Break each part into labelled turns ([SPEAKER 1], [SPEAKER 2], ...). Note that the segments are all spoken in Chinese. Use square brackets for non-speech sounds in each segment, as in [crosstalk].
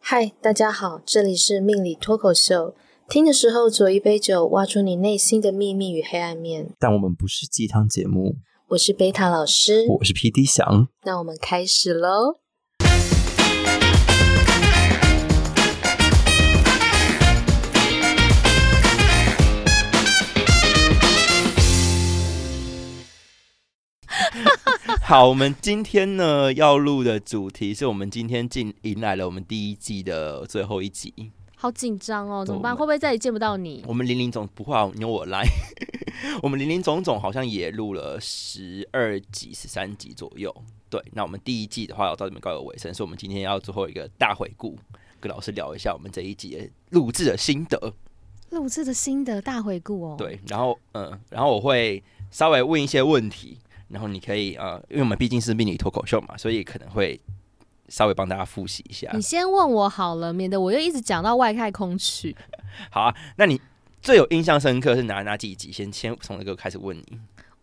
[SPEAKER 1] 嗨，大家好，这里是命理脱口秀。听的时候酌一杯酒，挖出你内心的秘密与黑暗面。
[SPEAKER 2] 但我们不是鸡汤节目，
[SPEAKER 1] 我是贝塔老师，
[SPEAKER 2] 我是 P D 翔。
[SPEAKER 1] 那我们开始喽。
[SPEAKER 2] 好，我们今天呢要录的主题是我们今天进迎来了我们第一季的最后一集。
[SPEAKER 3] 好紧张哦，怎么
[SPEAKER 2] 我
[SPEAKER 3] 办？
[SPEAKER 2] 们
[SPEAKER 3] 会不会再也见不到你？
[SPEAKER 2] 我们林林总不怕由我来， [laughs] 我们林林总总好像也录了十二集、十三集左右。对，那我们第一季的话要到这边告一个尾声，所以我们今天要最后一个大回顾，跟老师聊一下我们这一集的录制的心得。
[SPEAKER 3] 录制的心得大回顾哦。，
[SPEAKER 2] 对，然后嗯，然后我会稍微问一些问题，然后你可以呃，因为我们毕竟是命理脱口秀嘛，所以可能会稍微帮大家复习一下
[SPEAKER 3] 你。先问我好了，免得我又一直讲到外太空去。
[SPEAKER 2] 好啊，那你最有印象深刻是哪哪几集？先先从这个开始问你。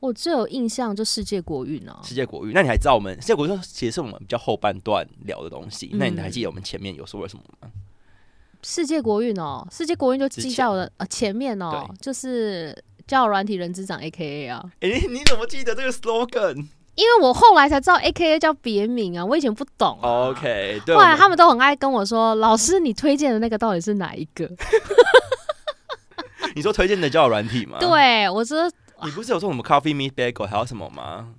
[SPEAKER 3] 我最有印象就世界国运哦，
[SPEAKER 2] 世界国语，那你还知道我们世界国语其实是我们比较后半段聊的东西。那你
[SPEAKER 3] 嗯
[SPEAKER 2] 还记得我们前面有说了什么吗？
[SPEAKER 3] 世界国运哦，世界国运就
[SPEAKER 2] 之
[SPEAKER 3] 记
[SPEAKER 2] 前
[SPEAKER 3] 在我的呃前面哦，就是叫软体人之长 A K A 啊，
[SPEAKER 2] 哎、你怎么记得这个 slogan？OK，、
[SPEAKER 3] 因为我后来才知道 A K A 叫别名啊，我以前不懂啊、
[SPEAKER 2] [laughs] 哦 OK，对，
[SPEAKER 3] 后来
[SPEAKER 2] 我们
[SPEAKER 3] 他们都很爱跟我说，老师你推荐的那个到底是哪一个？
[SPEAKER 2] 你说推荐的交友软体吗？，
[SPEAKER 3] 对我说
[SPEAKER 2] 你不是有说我们 Coffee Meet Bagel 还有什么吗？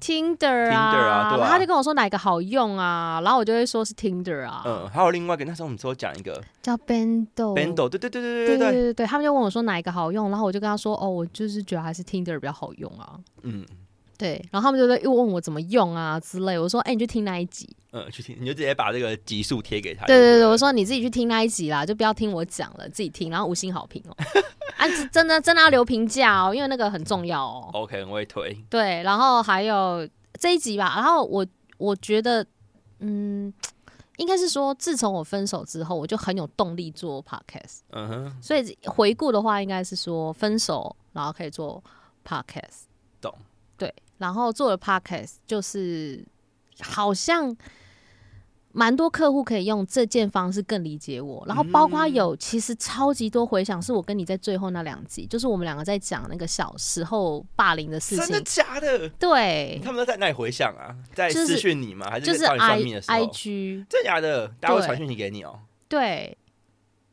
[SPEAKER 2] Tinder
[SPEAKER 3] Tinder 啊，
[SPEAKER 2] 啊对啊
[SPEAKER 3] 然后他就跟我说哪一个好用啊，然后我就会说是 Tinder 啊，
[SPEAKER 2] 嗯，还有另外一个，那时候我们说讲一个
[SPEAKER 3] 叫 Bando。
[SPEAKER 2] Bando，对对对对
[SPEAKER 3] 对
[SPEAKER 2] 对
[SPEAKER 3] 哦对
[SPEAKER 2] 对，
[SPEAKER 3] 对对，他们就问我说哪一个好用，然后我就跟他说哦，我就是觉得还是 Tinder 比较好用啊。
[SPEAKER 2] 嗯
[SPEAKER 3] 对，然后他们就在又问我怎么用啊之类，我说哎、你去听那一集。
[SPEAKER 2] 嗯，去听，你就直接把这个集数贴给他。
[SPEAKER 3] 对对
[SPEAKER 2] 哎对
[SPEAKER 3] 对，
[SPEAKER 2] 了
[SPEAKER 3] 我说你自己去听那一集啦，就不要听我讲了，自己听，然后五星好评哦。 [laughs] 啊，真真的真的要留评价哦，因为那个很重要哦。
[SPEAKER 2] OK，我会推。
[SPEAKER 3] 对，然后还有这一集吧。然后我我觉得，嗯，应该是说，自从我分手之后，我就很有动力做 podcast。
[SPEAKER 2] 嗯哼，
[SPEAKER 3] 所以回顾的话，应该是说分手，然后可以做 podcast。
[SPEAKER 2] 懂。
[SPEAKER 3] 对，然后做了 podcast，就是好像蛮多客户可以用这件方式更理解我。然后包括
[SPEAKER 2] 嗯
[SPEAKER 3] 有其实超级多回想，是我跟你在最后那两集，就是我们两个在讲那个小时候霸凌的事
[SPEAKER 2] 真的
[SPEAKER 3] 情。
[SPEAKER 2] 假的？
[SPEAKER 3] 对，
[SPEAKER 2] 他们都在那里回想啊，在
[SPEAKER 3] 就是
[SPEAKER 2] 私讯你吗？还
[SPEAKER 3] 就是
[SPEAKER 2] 在帮你
[SPEAKER 3] I
[SPEAKER 2] 算命的时
[SPEAKER 3] I
[SPEAKER 2] 候？
[SPEAKER 3] G
[SPEAKER 2] 真的假的？大家会
[SPEAKER 3] 对
[SPEAKER 2] 传讯息给你哦？
[SPEAKER 3] 对，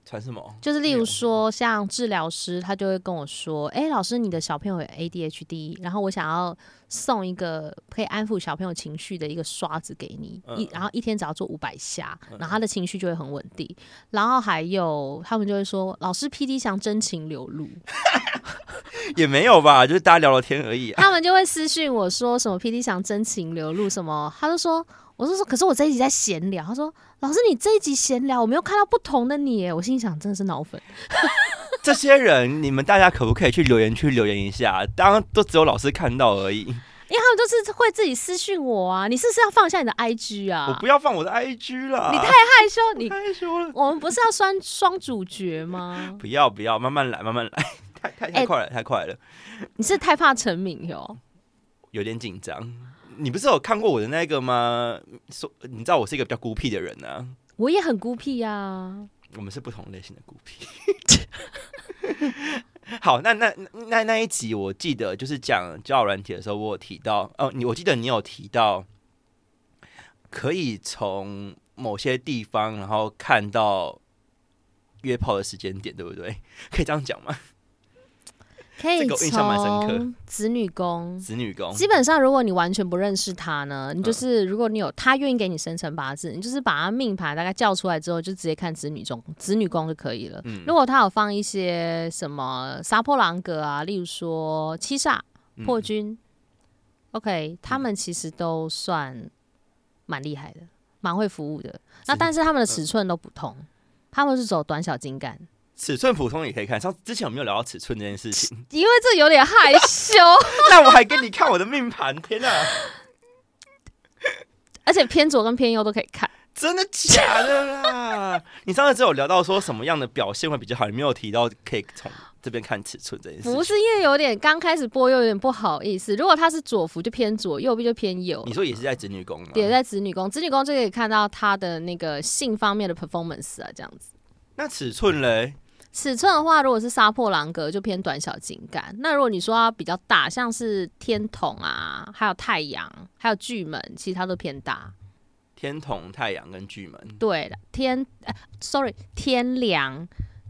[SPEAKER 2] 传什么？ [laughs]
[SPEAKER 3] 就是例
[SPEAKER 2] 没有
[SPEAKER 3] 如说像治疗师，他就会跟我说：“哎、老师，你的小朋友有 A D H D，然后我想要送一个可以安抚小朋友情绪的一个刷子给你，
[SPEAKER 2] 嗯
[SPEAKER 3] 一然后一天只要做五百下，然后他的情绪就会很稳定。然后还有他们就会说，老师 P D 想真情流露，
[SPEAKER 2] 也没有吧，就是大家聊聊天而已啊。 [laughs]
[SPEAKER 3] 他们就会私讯我说什么 P D 想真情流露什么，他就说。”我就说，可是我这一集在闲聊。他说：“老师，你这一集闲聊，我没有看到不同的你耶。”我心想，真的是脑粉。
[SPEAKER 2] 这些人，你们大家可不可以去留言区留言一下？啊当然都只有老师看到而已。
[SPEAKER 3] 因为他们都是会自己私讯我啊，你是不是要放下你的 IG 啊？
[SPEAKER 2] 我不要放我的 IG 啦，
[SPEAKER 3] 你太害羞，你
[SPEAKER 2] 害羞了。
[SPEAKER 3] 我们不是要双双主角
[SPEAKER 2] [laughs]
[SPEAKER 3] 吗？
[SPEAKER 2] 不要不要，慢慢来，慢慢来， [laughs] 太太太
[SPEAKER 3] 哎
[SPEAKER 2] 快了，太快了，
[SPEAKER 3] 你是太怕成名哟？
[SPEAKER 2] 有点紧张。你不是有看过我的那个吗？说你知道我是一个比较孤僻的人呢、啊，
[SPEAKER 3] 我也很孤僻啊，
[SPEAKER 2] 我们是不同类型的孤僻。 [laughs] 好，那那那那那一集我记得就是讲交友软体的时候，我有提到哦，你我记得你有提到，可以从某些地方然后看到约炮的时间点，对不对？ [laughs] 可以这样讲吗？
[SPEAKER 3] 可以
[SPEAKER 2] 这个我印象蛮深刻
[SPEAKER 3] 从子女宫。
[SPEAKER 2] 子女宫，
[SPEAKER 3] 基本上，如果你完全不认识他呢，
[SPEAKER 2] 嗯
[SPEAKER 3] 你就是如果你有他愿意给你生辰八字，你就是把他命盘大概叫出来之后，就直接看子女中子女宫就可以了。
[SPEAKER 2] 嗯
[SPEAKER 3] 如果他有放一些什么杀破狼格啊，例如说七煞、
[SPEAKER 2] 嗯
[SPEAKER 3] 破军、o k 他们其实都算蛮厉害的，蛮会服务的。那但是他们
[SPEAKER 2] 嗯
[SPEAKER 3] 的尺寸都不同，他们是走短小精干，
[SPEAKER 2] 尺寸普通也可以看。上之前有没有聊到尺寸这件事情？
[SPEAKER 3] 因为这有点害羞， [laughs]
[SPEAKER 2] [laughs] 那我还给你看我的命盘，天哪、
[SPEAKER 3] 而且偏左跟偏右都可以看。
[SPEAKER 2] 真的假的啦？你上次只有聊到说什么样的表现会比较好，你没有提到可以从这边看尺寸这件事。
[SPEAKER 3] 不，是因为有点刚开始播又有点不好意思，如果他是左幅就偏左，右臂就偏右
[SPEAKER 2] 你。说也是在子女宫吗？
[SPEAKER 3] 也在子女宫，子女宫就可以看到他的那个性方面的 performance 啊，这样子。
[SPEAKER 2] 那尺寸嘞？
[SPEAKER 3] 尺寸的话，如果是杀破狼格就偏短小精干。那如果你说要比较大，像是天童啊，还有太阳，还有巨门，其实它都偏大。
[SPEAKER 2] 天同、太阳跟巨门，
[SPEAKER 3] 对了，天、呃、，sorry，天梁、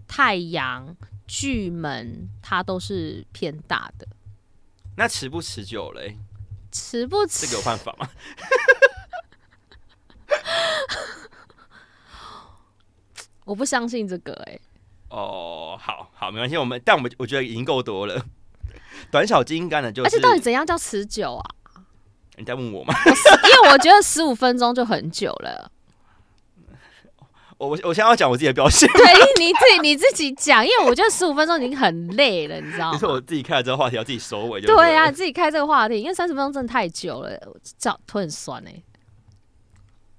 [SPEAKER 3] 太阳、巨门，它都是偏大的。
[SPEAKER 2] 那持不持久嘞？
[SPEAKER 3] 持不
[SPEAKER 2] 这
[SPEAKER 3] 持？
[SPEAKER 2] 个有办法吗？ [laughs]
[SPEAKER 3] 我不相信这个哎、
[SPEAKER 2] 哦，好好，没关系，我们但我们我觉得已经够多了。 [laughs] 短小精干的就
[SPEAKER 3] 而
[SPEAKER 2] 是
[SPEAKER 3] 且到底怎样叫持久啊？ [laughs]
[SPEAKER 2] 你在问我吗？
[SPEAKER 3] 因为我觉得十五分钟就很久了。
[SPEAKER 2] 我我我现在要讲我自己的表现，
[SPEAKER 3] [laughs]
[SPEAKER 2] [laughs]
[SPEAKER 3] 对，你自己你自己讲，因为我觉得十五分钟已经很累了，你知道
[SPEAKER 2] 就是
[SPEAKER 3] 吗？
[SPEAKER 2] 我自己开了这个话题，要自己收尾就
[SPEAKER 3] 对啊，
[SPEAKER 2] 呀、
[SPEAKER 3] 你自己开这个话题，因为三十分钟真的太久了，欸我脚腿很酸哎、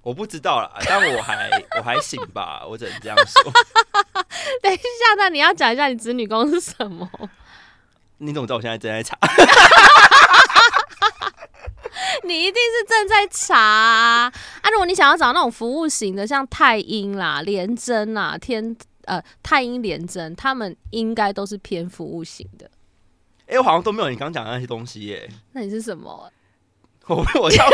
[SPEAKER 2] 我不知道啦，啊但我还 [laughs] 我还行吧，我只能这样说。
[SPEAKER 3] 等一下，那你要讲一下你子女宫是什么？
[SPEAKER 2] 你怎么知道我现在正在查？
[SPEAKER 3] [laughs] 你一定是正在查啊！啊如果你想要找那种服务型的，像太阴啦、连针啦、天呃太阴连针，他们应该都是偏服务型的。
[SPEAKER 2] 哎、我好像都没有你刚讲的那些东西耶，
[SPEAKER 3] 那你是什么？
[SPEAKER 2] 我我要说啊。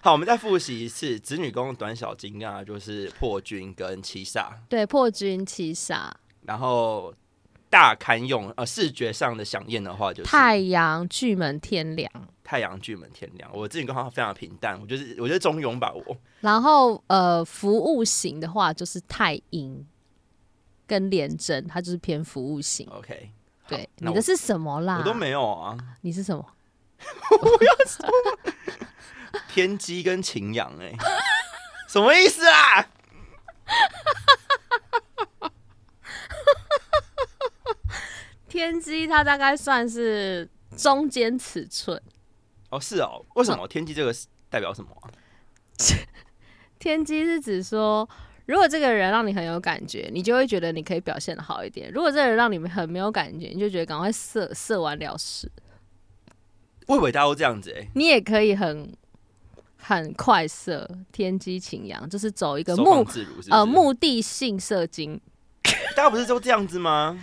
[SPEAKER 2] 好，我们再复习一次子女宫短小精啊，就是破军跟七煞，
[SPEAKER 3] 对，破军七煞、
[SPEAKER 2] 然后大堪用呃视觉上的响应的话就是
[SPEAKER 3] 太阳、巨门、天梁，
[SPEAKER 2] 太阳巨门天亮。我子女宫好像非常平淡，我就是我觉得中庸吧，我
[SPEAKER 3] 然后呃服务型的话就是太阴跟连针，它就是偏服务型。
[SPEAKER 2] OK。
[SPEAKER 3] 对，
[SPEAKER 2] 那
[SPEAKER 3] 你
[SPEAKER 2] 我
[SPEAKER 3] 的是什么啦？
[SPEAKER 2] 我都，没有啊，
[SPEAKER 3] 你是什么？
[SPEAKER 2] 天机跟秦阳哎、什么意思啊？
[SPEAKER 3] 天机它大概算是中间尺寸。
[SPEAKER 2] 哦，是哦，为什么天机这个是代表什么啊、
[SPEAKER 3] 天机是指说，如果这个人让你很有感觉，你就会觉得你可以表现的好一点；如果这个人让你们很没有感觉，你就觉得赶快射射完了事。
[SPEAKER 2] 我以为大家都这样子哎、
[SPEAKER 3] 你也可以很很快射天机情阳，就是走一个
[SPEAKER 2] 手放
[SPEAKER 3] 目
[SPEAKER 2] 自如是不是欸
[SPEAKER 3] 呃目的性射精。
[SPEAKER 2] 大家不是都这样子吗？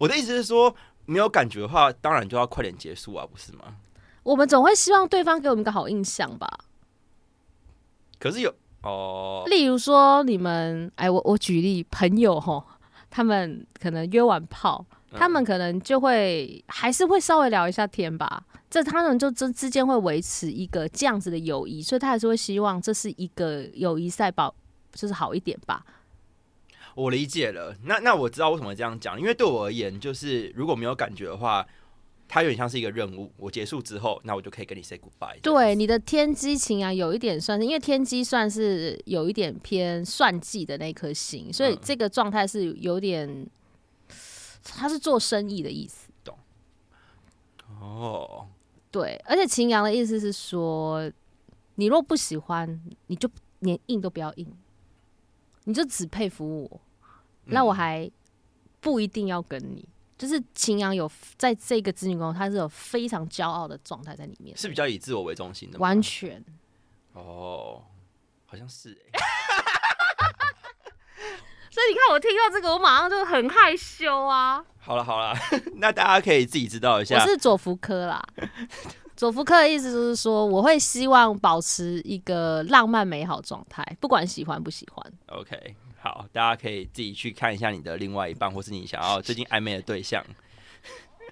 [SPEAKER 2] 我的意思是说，没有感觉的话，当然就要快点结束啊，不是吗？
[SPEAKER 3] 我们总会希望对方给我们一个好印象吧。
[SPEAKER 2] 可是有哦，
[SPEAKER 3] 例如说，你们哎，我我举例朋友吼，他们可能约完炮，
[SPEAKER 2] 嗯
[SPEAKER 3] 他们可能就会还是会稍微聊一下天吧。这他们就之之间会维持一个这样子的友谊，所以他还是会希望这是一个友谊赛保，就是好一点吧。
[SPEAKER 2] 我理解了。那那我知道为什么这样讲，因为对我而言，就是如果没有感觉的话，它有点像是一个任务。我结束之后，那我就可以跟你 say goodbye。
[SPEAKER 3] 对，你的天机情啊，有一点算是，因为天机算是有一点偏算计的那颗星，所以
[SPEAKER 2] 嗯
[SPEAKER 3] 这个状态是有点，他是做生意的意思。
[SPEAKER 2] 哦，
[SPEAKER 3] 对，而且秦阳的意思是说，你若不喜欢，你就连硬都不要硬，你就只佩服我，那我
[SPEAKER 2] 嗯
[SPEAKER 3] 还不一定要跟你。就是秦阳有在这个子女宫，他是有非常骄傲的状态在里面，
[SPEAKER 2] 是比较以自我为中心的吗，
[SPEAKER 3] 完全
[SPEAKER 2] 哦，好像是欸、
[SPEAKER 3] 所以你看，我听到这个，我马上就很害羞啊。
[SPEAKER 2] 好了好了， [laughs] 那大家可以自己知道一
[SPEAKER 3] 我
[SPEAKER 2] 下。
[SPEAKER 3] 是左福科啦， [laughs] 左福科的意思就是说，我会希望保持一个浪漫美好状态，不管喜欢不喜欢。
[SPEAKER 2] OK，好，大家可以自己去看一下你的另外一半，或是你想要最近暧昧的对象。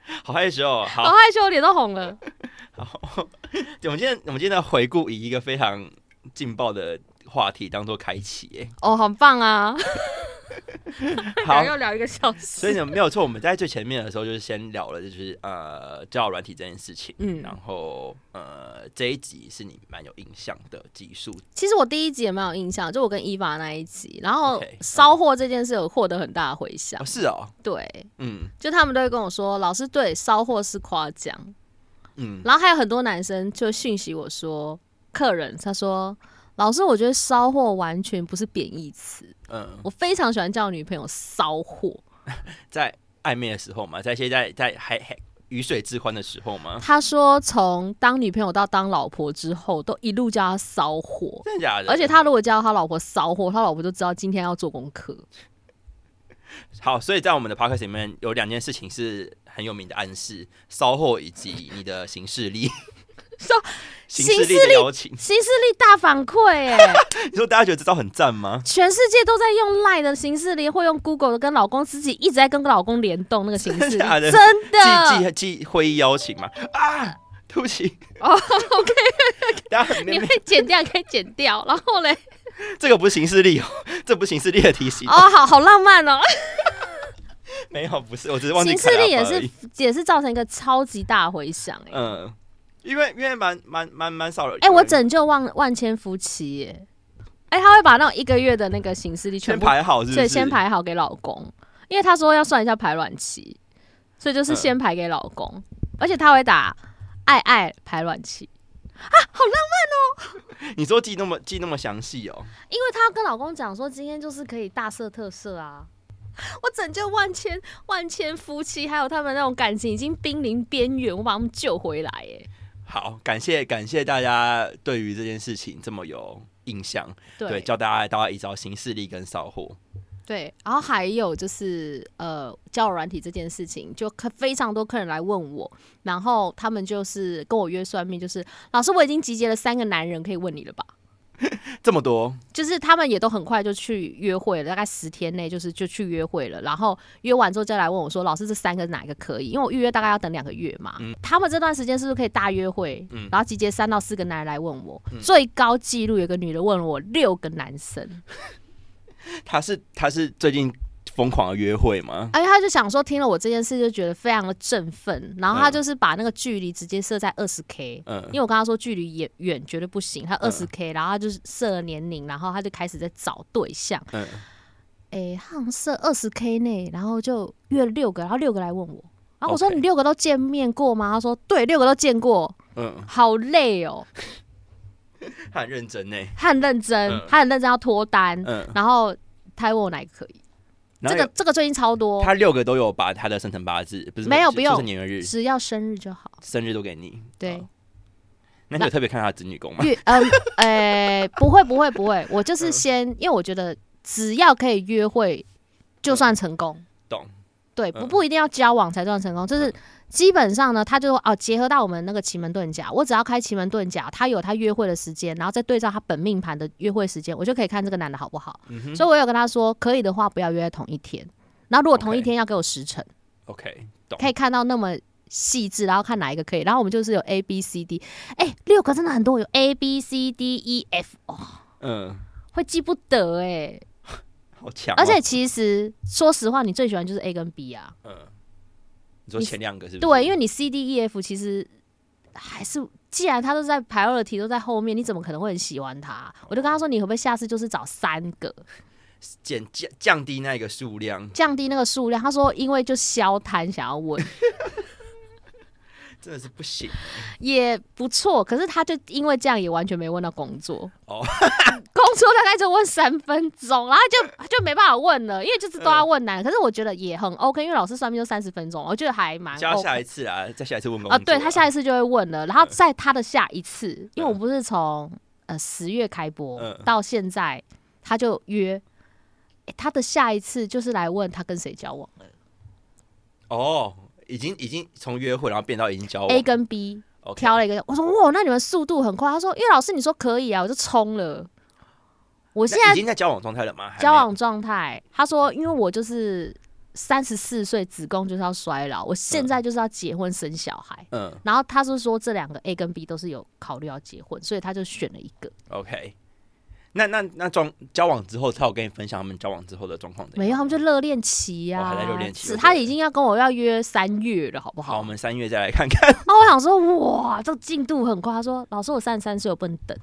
[SPEAKER 2] [laughs] 好害羞、哦，
[SPEAKER 3] 好
[SPEAKER 2] 好，
[SPEAKER 3] 害羞，脸都红了。
[SPEAKER 2] 我们今天我们今天的回顾以一个非常劲爆的话题当做开启欸，
[SPEAKER 3] 哦，很棒啊！
[SPEAKER 2] 好，
[SPEAKER 3] 要聊一个小
[SPEAKER 2] 所以
[SPEAKER 3] 时。
[SPEAKER 2] 呢，没有错，我们在最前面的时候就是先聊了，就是呃，交友软体这件事情。
[SPEAKER 3] 嗯
[SPEAKER 2] 然后呃，这一集是你蛮有印象的集数，
[SPEAKER 3] 其实我第一集也蛮有印象，就我跟伊娃那一集，然后
[SPEAKER 2] OK，
[SPEAKER 3] 骚货这件事有获得很大的回响
[SPEAKER 2] 哦，。是哦，
[SPEAKER 3] 对，
[SPEAKER 2] 嗯
[SPEAKER 3] 就他们都会跟我说，老师对骚货是夸奖。
[SPEAKER 2] 嗯，
[SPEAKER 3] 然后还有很多男生就讯息我说，客人，他说：“老师，我觉得骚货完全不是贬义词，
[SPEAKER 2] 嗯，
[SPEAKER 3] 我非常喜欢叫女朋友骚货。
[SPEAKER 2] 在暧昧的时候嘛，在现在在还还鱼水之欢的时候”嘛，
[SPEAKER 3] 他说：“从当女朋友到当老婆之后，都一路叫她骚货。
[SPEAKER 2] 真的假的？
[SPEAKER 3] 而且他如果叫他老婆骚货，他老婆就知道今天要做功课。
[SPEAKER 2] 好，所以在我们的 podcast 里面有两件事情是很有名的暗示：骚货以及你的行事力。
[SPEAKER 3] [laughs] 骚
[SPEAKER 2] 行事力的邀请， [laughs]
[SPEAKER 3] 新势力大反馈、欸， [laughs] 哎，
[SPEAKER 2] 你说大家觉得这招很赞吗？
[SPEAKER 3] 全世界都在用赖的形式力，或用 Google 的，跟老公自己一直在跟老公联动那个形式力，
[SPEAKER 2] 真的假的
[SPEAKER 3] 真
[SPEAKER 2] 寄
[SPEAKER 3] 的。
[SPEAKER 2] 寄寄会议邀请嘛？啊，对不起，
[SPEAKER 3] 哦，OK， [laughs]
[SPEAKER 2] 大家没
[SPEAKER 3] 你
[SPEAKER 2] 没
[SPEAKER 3] 会剪掉可以剪掉，然后嘞，
[SPEAKER 2] 这个不是行事力哦，这不是行事力的提醒，
[SPEAKER 3] 哦，好好浪漫哦。
[SPEAKER 2] 没有，不是，我 [laughs] 只是忘记
[SPEAKER 3] 形
[SPEAKER 2] 看
[SPEAKER 3] 式力也
[SPEAKER 2] 而
[SPEAKER 3] 是
[SPEAKER 2] 已。
[SPEAKER 3] 也是造成一个超级大回响、欸，哎、
[SPEAKER 2] 嗯，因为因为蛮蛮蛮蛮少人。
[SPEAKER 3] 哎我拯救万万千夫妻、耶哎、他会把那种一个月的那个形式力全
[SPEAKER 2] 先
[SPEAKER 3] 部
[SPEAKER 2] 排好，是不
[SPEAKER 3] 所以
[SPEAKER 2] 是？
[SPEAKER 3] 先排好给老公，因为他说要算一下排卵期，所以就是
[SPEAKER 2] 嗯
[SPEAKER 3] 先排给老公，而且他会打爱爱排卵期，
[SPEAKER 2] 你说记那么记那么详细哦，
[SPEAKER 3] 因为他要跟老公讲说今天就是可以大色特色啊。我拯救万千万千夫妻，还有他们那种感情已经濒临边缘，我把他们救回来耶。
[SPEAKER 2] 好，感谢感谢大家对于这件事情这么有印象，
[SPEAKER 3] 对
[SPEAKER 2] 对，教大家大家一招行事力跟骚货，
[SPEAKER 3] 对，然后还有就是呃，交友软体这件事情，就客非常多客人来问我，然后他们就是跟我约算命，就是老师我已经集结了三个男人可以问你了吧？
[SPEAKER 2] 这么多，
[SPEAKER 3] 就是他们也都很快就去约会了，大概十天内就是就去约会了，然后约完之后再来问我说，老师这三个哪一个可以？因为我预约大概要等两个月嘛，
[SPEAKER 2] 嗯
[SPEAKER 3] 他们这段时间是不是可以大约会？
[SPEAKER 2] 嗯
[SPEAKER 3] 然后集结三到四个男人来问我，
[SPEAKER 2] 嗯
[SPEAKER 3] 最高纪录有个女的问我六个男生，
[SPEAKER 2] 他是他是最近疯狂的约会吗？
[SPEAKER 3] 而且他就想说，听了我这件事就觉得非常的振奋，然后他就是把那个距离直接设在二十 K，
[SPEAKER 2] 嗯
[SPEAKER 3] 因，为我跟他说距离也远绝对不行，他二
[SPEAKER 2] 嗯
[SPEAKER 3] 十 K，然后他就是设了年龄，然后他就开始在找对象，
[SPEAKER 2] 嗯，
[SPEAKER 3] 诶，他好像设二十 K 内，然后就约了六个，然后六个来问我，然后我说
[SPEAKER 2] OK
[SPEAKER 3] 你六个都见面过吗？他说对，六个都见过，
[SPEAKER 2] 嗯，
[SPEAKER 3] 好累哦，
[SPEAKER 2] 他很认真呢。
[SPEAKER 3] 他很认真，
[SPEAKER 2] 嗯
[SPEAKER 3] 他很认真要脱单，
[SPEAKER 2] 嗯，
[SPEAKER 3] 然后他还问我哪一个可以，
[SPEAKER 2] 然
[SPEAKER 3] 这
[SPEAKER 2] 后
[SPEAKER 3] 个这个最近超多，
[SPEAKER 2] 他六个都有把他的生辰八字，不是
[SPEAKER 3] 没有
[SPEAKER 2] 就
[SPEAKER 3] 不用
[SPEAKER 2] 就是年月日、
[SPEAKER 3] 只要生日就好，
[SPEAKER 2] 生日都给你。
[SPEAKER 3] 对。
[SPEAKER 2] 好，那你有特别看他的子女宫吗？ [laughs]
[SPEAKER 3] 约嗯呃不会不会不会，我就是
[SPEAKER 2] 嗯
[SPEAKER 3] 先，因为我觉得只要可以约会，就算成功。
[SPEAKER 2] 懂。
[SPEAKER 3] 对，不
[SPEAKER 2] 嗯
[SPEAKER 3] 不一定要交往才算成功，就是
[SPEAKER 2] 嗯
[SPEAKER 3] 基本上呢，他就哦结合到我们那个奇门遁甲，我只要开奇门遁甲，他有他约会的时间，然后再对照他本命盘的约会时间，我就可以看这个男的好不好。
[SPEAKER 2] 嗯哼
[SPEAKER 3] 所以我有跟他说，可以的话不要约在同一天，然后如果同一
[SPEAKER 2] OK
[SPEAKER 3] 天要给我时辰，
[SPEAKER 2] ，OK，懂
[SPEAKER 3] 可。以看到那么细致，然后看哪一个可以。然后我们就是有 A B C D，哎、六个真的很多，有 A B C D E F，哦，
[SPEAKER 2] 嗯，
[SPEAKER 3] 会记不得哎、
[SPEAKER 2] 好强哦。
[SPEAKER 3] 而且其实说实话，你最喜欢就是 A 跟 B 啊，
[SPEAKER 2] 嗯，你说
[SPEAKER 3] 你
[SPEAKER 2] 前两个是不是？
[SPEAKER 3] 对，因为你 C D E F 其实还是。既然他都在排二题都在后面，你怎么可能会很喜欢他？我就跟他说，你可不可以下次就是找三个，
[SPEAKER 2] 减降降低那个数量，
[SPEAKER 3] 降低那个数量？他说，因为就消摊想要问
[SPEAKER 2] 真的是不行。
[SPEAKER 3] 也不错，可是他就因为这样也完全没问到工作。
[SPEAKER 2] 哦
[SPEAKER 3] [laughs] 工作大概就问三分钟，然后就就没办法问了，因为就是都要问男。可是我觉得也很 OK，因为老师算命就三十分钟，我觉得还蛮
[SPEAKER 2] 加下
[SPEAKER 3] OK。
[SPEAKER 2] 一次啊，再下一次问工
[SPEAKER 3] 啊，对
[SPEAKER 2] 作嗯
[SPEAKER 3] 他下
[SPEAKER 2] 一
[SPEAKER 3] 一次就会问了，然后在他的下一次，因为我不是从呃十月开播、
[SPEAKER 2] 嗯
[SPEAKER 3] 到现在，他就约、诶他的下一次就是来问他跟谁交往了
[SPEAKER 2] 哦，已经已经从约会然后变到已经交往
[SPEAKER 3] ，A 跟 B
[SPEAKER 2] 哦 OK
[SPEAKER 3] 挑了一个，我说哇，那你们速度很快。他说，因为老师你说可以啊，我就冲了。我
[SPEAKER 2] 我
[SPEAKER 3] 现在
[SPEAKER 2] 已经在交往状态了吗？还没
[SPEAKER 3] 交往状态，他说，因为我就是三十四岁，子宫就是要衰老，我现在就是要结婚生小孩。
[SPEAKER 2] 嗯
[SPEAKER 3] 然后他是说这两个 A 跟 B 都是有考虑要结婚，所以他就选了一个。
[SPEAKER 2] ，OK。那那那状交往之后，他有跟你分享他们交往之后的状况怎样
[SPEAKER 3] 没有，他们就热恋期呀、
[SPEAKER 2] 哦
[SPEAKER 3] 啊，
[SPEAKER 2] 还在热恋期
[SPEAKER 3] 是
[SPEAKER 2] 就对
[SPEAKER 3] 他
[SPEAKER 2] 了
[SPEAKER 3] 已经要跟我要约三月了，好不
[SPEAKER 2] 好，我
[SPEAKER 3] 好？
[SPEAKER 2] 们三月再来看看。 [laughs]
[SPEAKER 3] 那我想说，哇，这进度很快。他说，老师，我三十三岁，我不能等。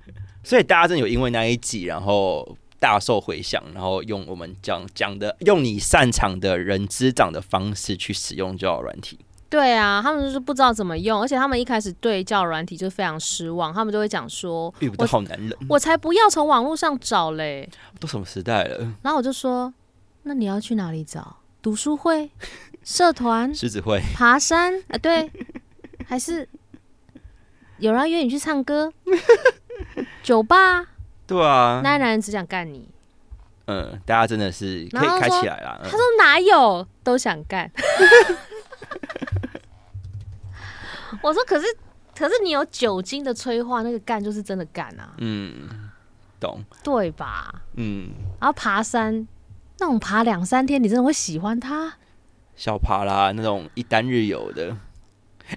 [SPEAKER 2] 所以大家真的有因为那一集，然后大受回响，然后用我们讲讲的，用你擅长的人之长的方式去使用交友软体。
[SPEAKER 3] 对啊，他们就是不知道怎么用，而且他们一开始对教软体就非常失望，他们就会讲说
[SPEAKER 2] 遇不到好男人，：“
[SPEAKER 3] 我才不要从网络上找嘞。
[SPEAKER 2] 都什么时代了？”
[SPEAKER 3] 然后我就说：“那你要去哪里找？读书会、 [laughs] 社团、
[SPEAKER 2] 狮子会，
[SPEAKER 3] 爬山啊、呃对，还是有人要约你去唱 [laughs] 歌、酒吧？
[SPEAKER 2] 对啊，
[SPEAKER 3] 那些男人只想干你。”
[SPEAKER 2] 嗯，大家真的是可
[SPEAKER 3] 然后
[SPEAKER 2] 以开
[SPEAKER 3] 说
[SPEAKER 2] 起来啦。嗯
[SPEAKER 3] 他说哪有都想干。 [laughs] 我说可是可是你有酒精的催化，那个干就是真的干啊，
[SPEAKER 2] 嗯，懂，
[SPEAKER 3] 对吧？
[SPEAKER 2] 嗯，
[SPEAKER 3] 然后爬山那种爬两三天，你真的会喜欢他？
[SPEAKER 2] 小爬啦那种一单日游的。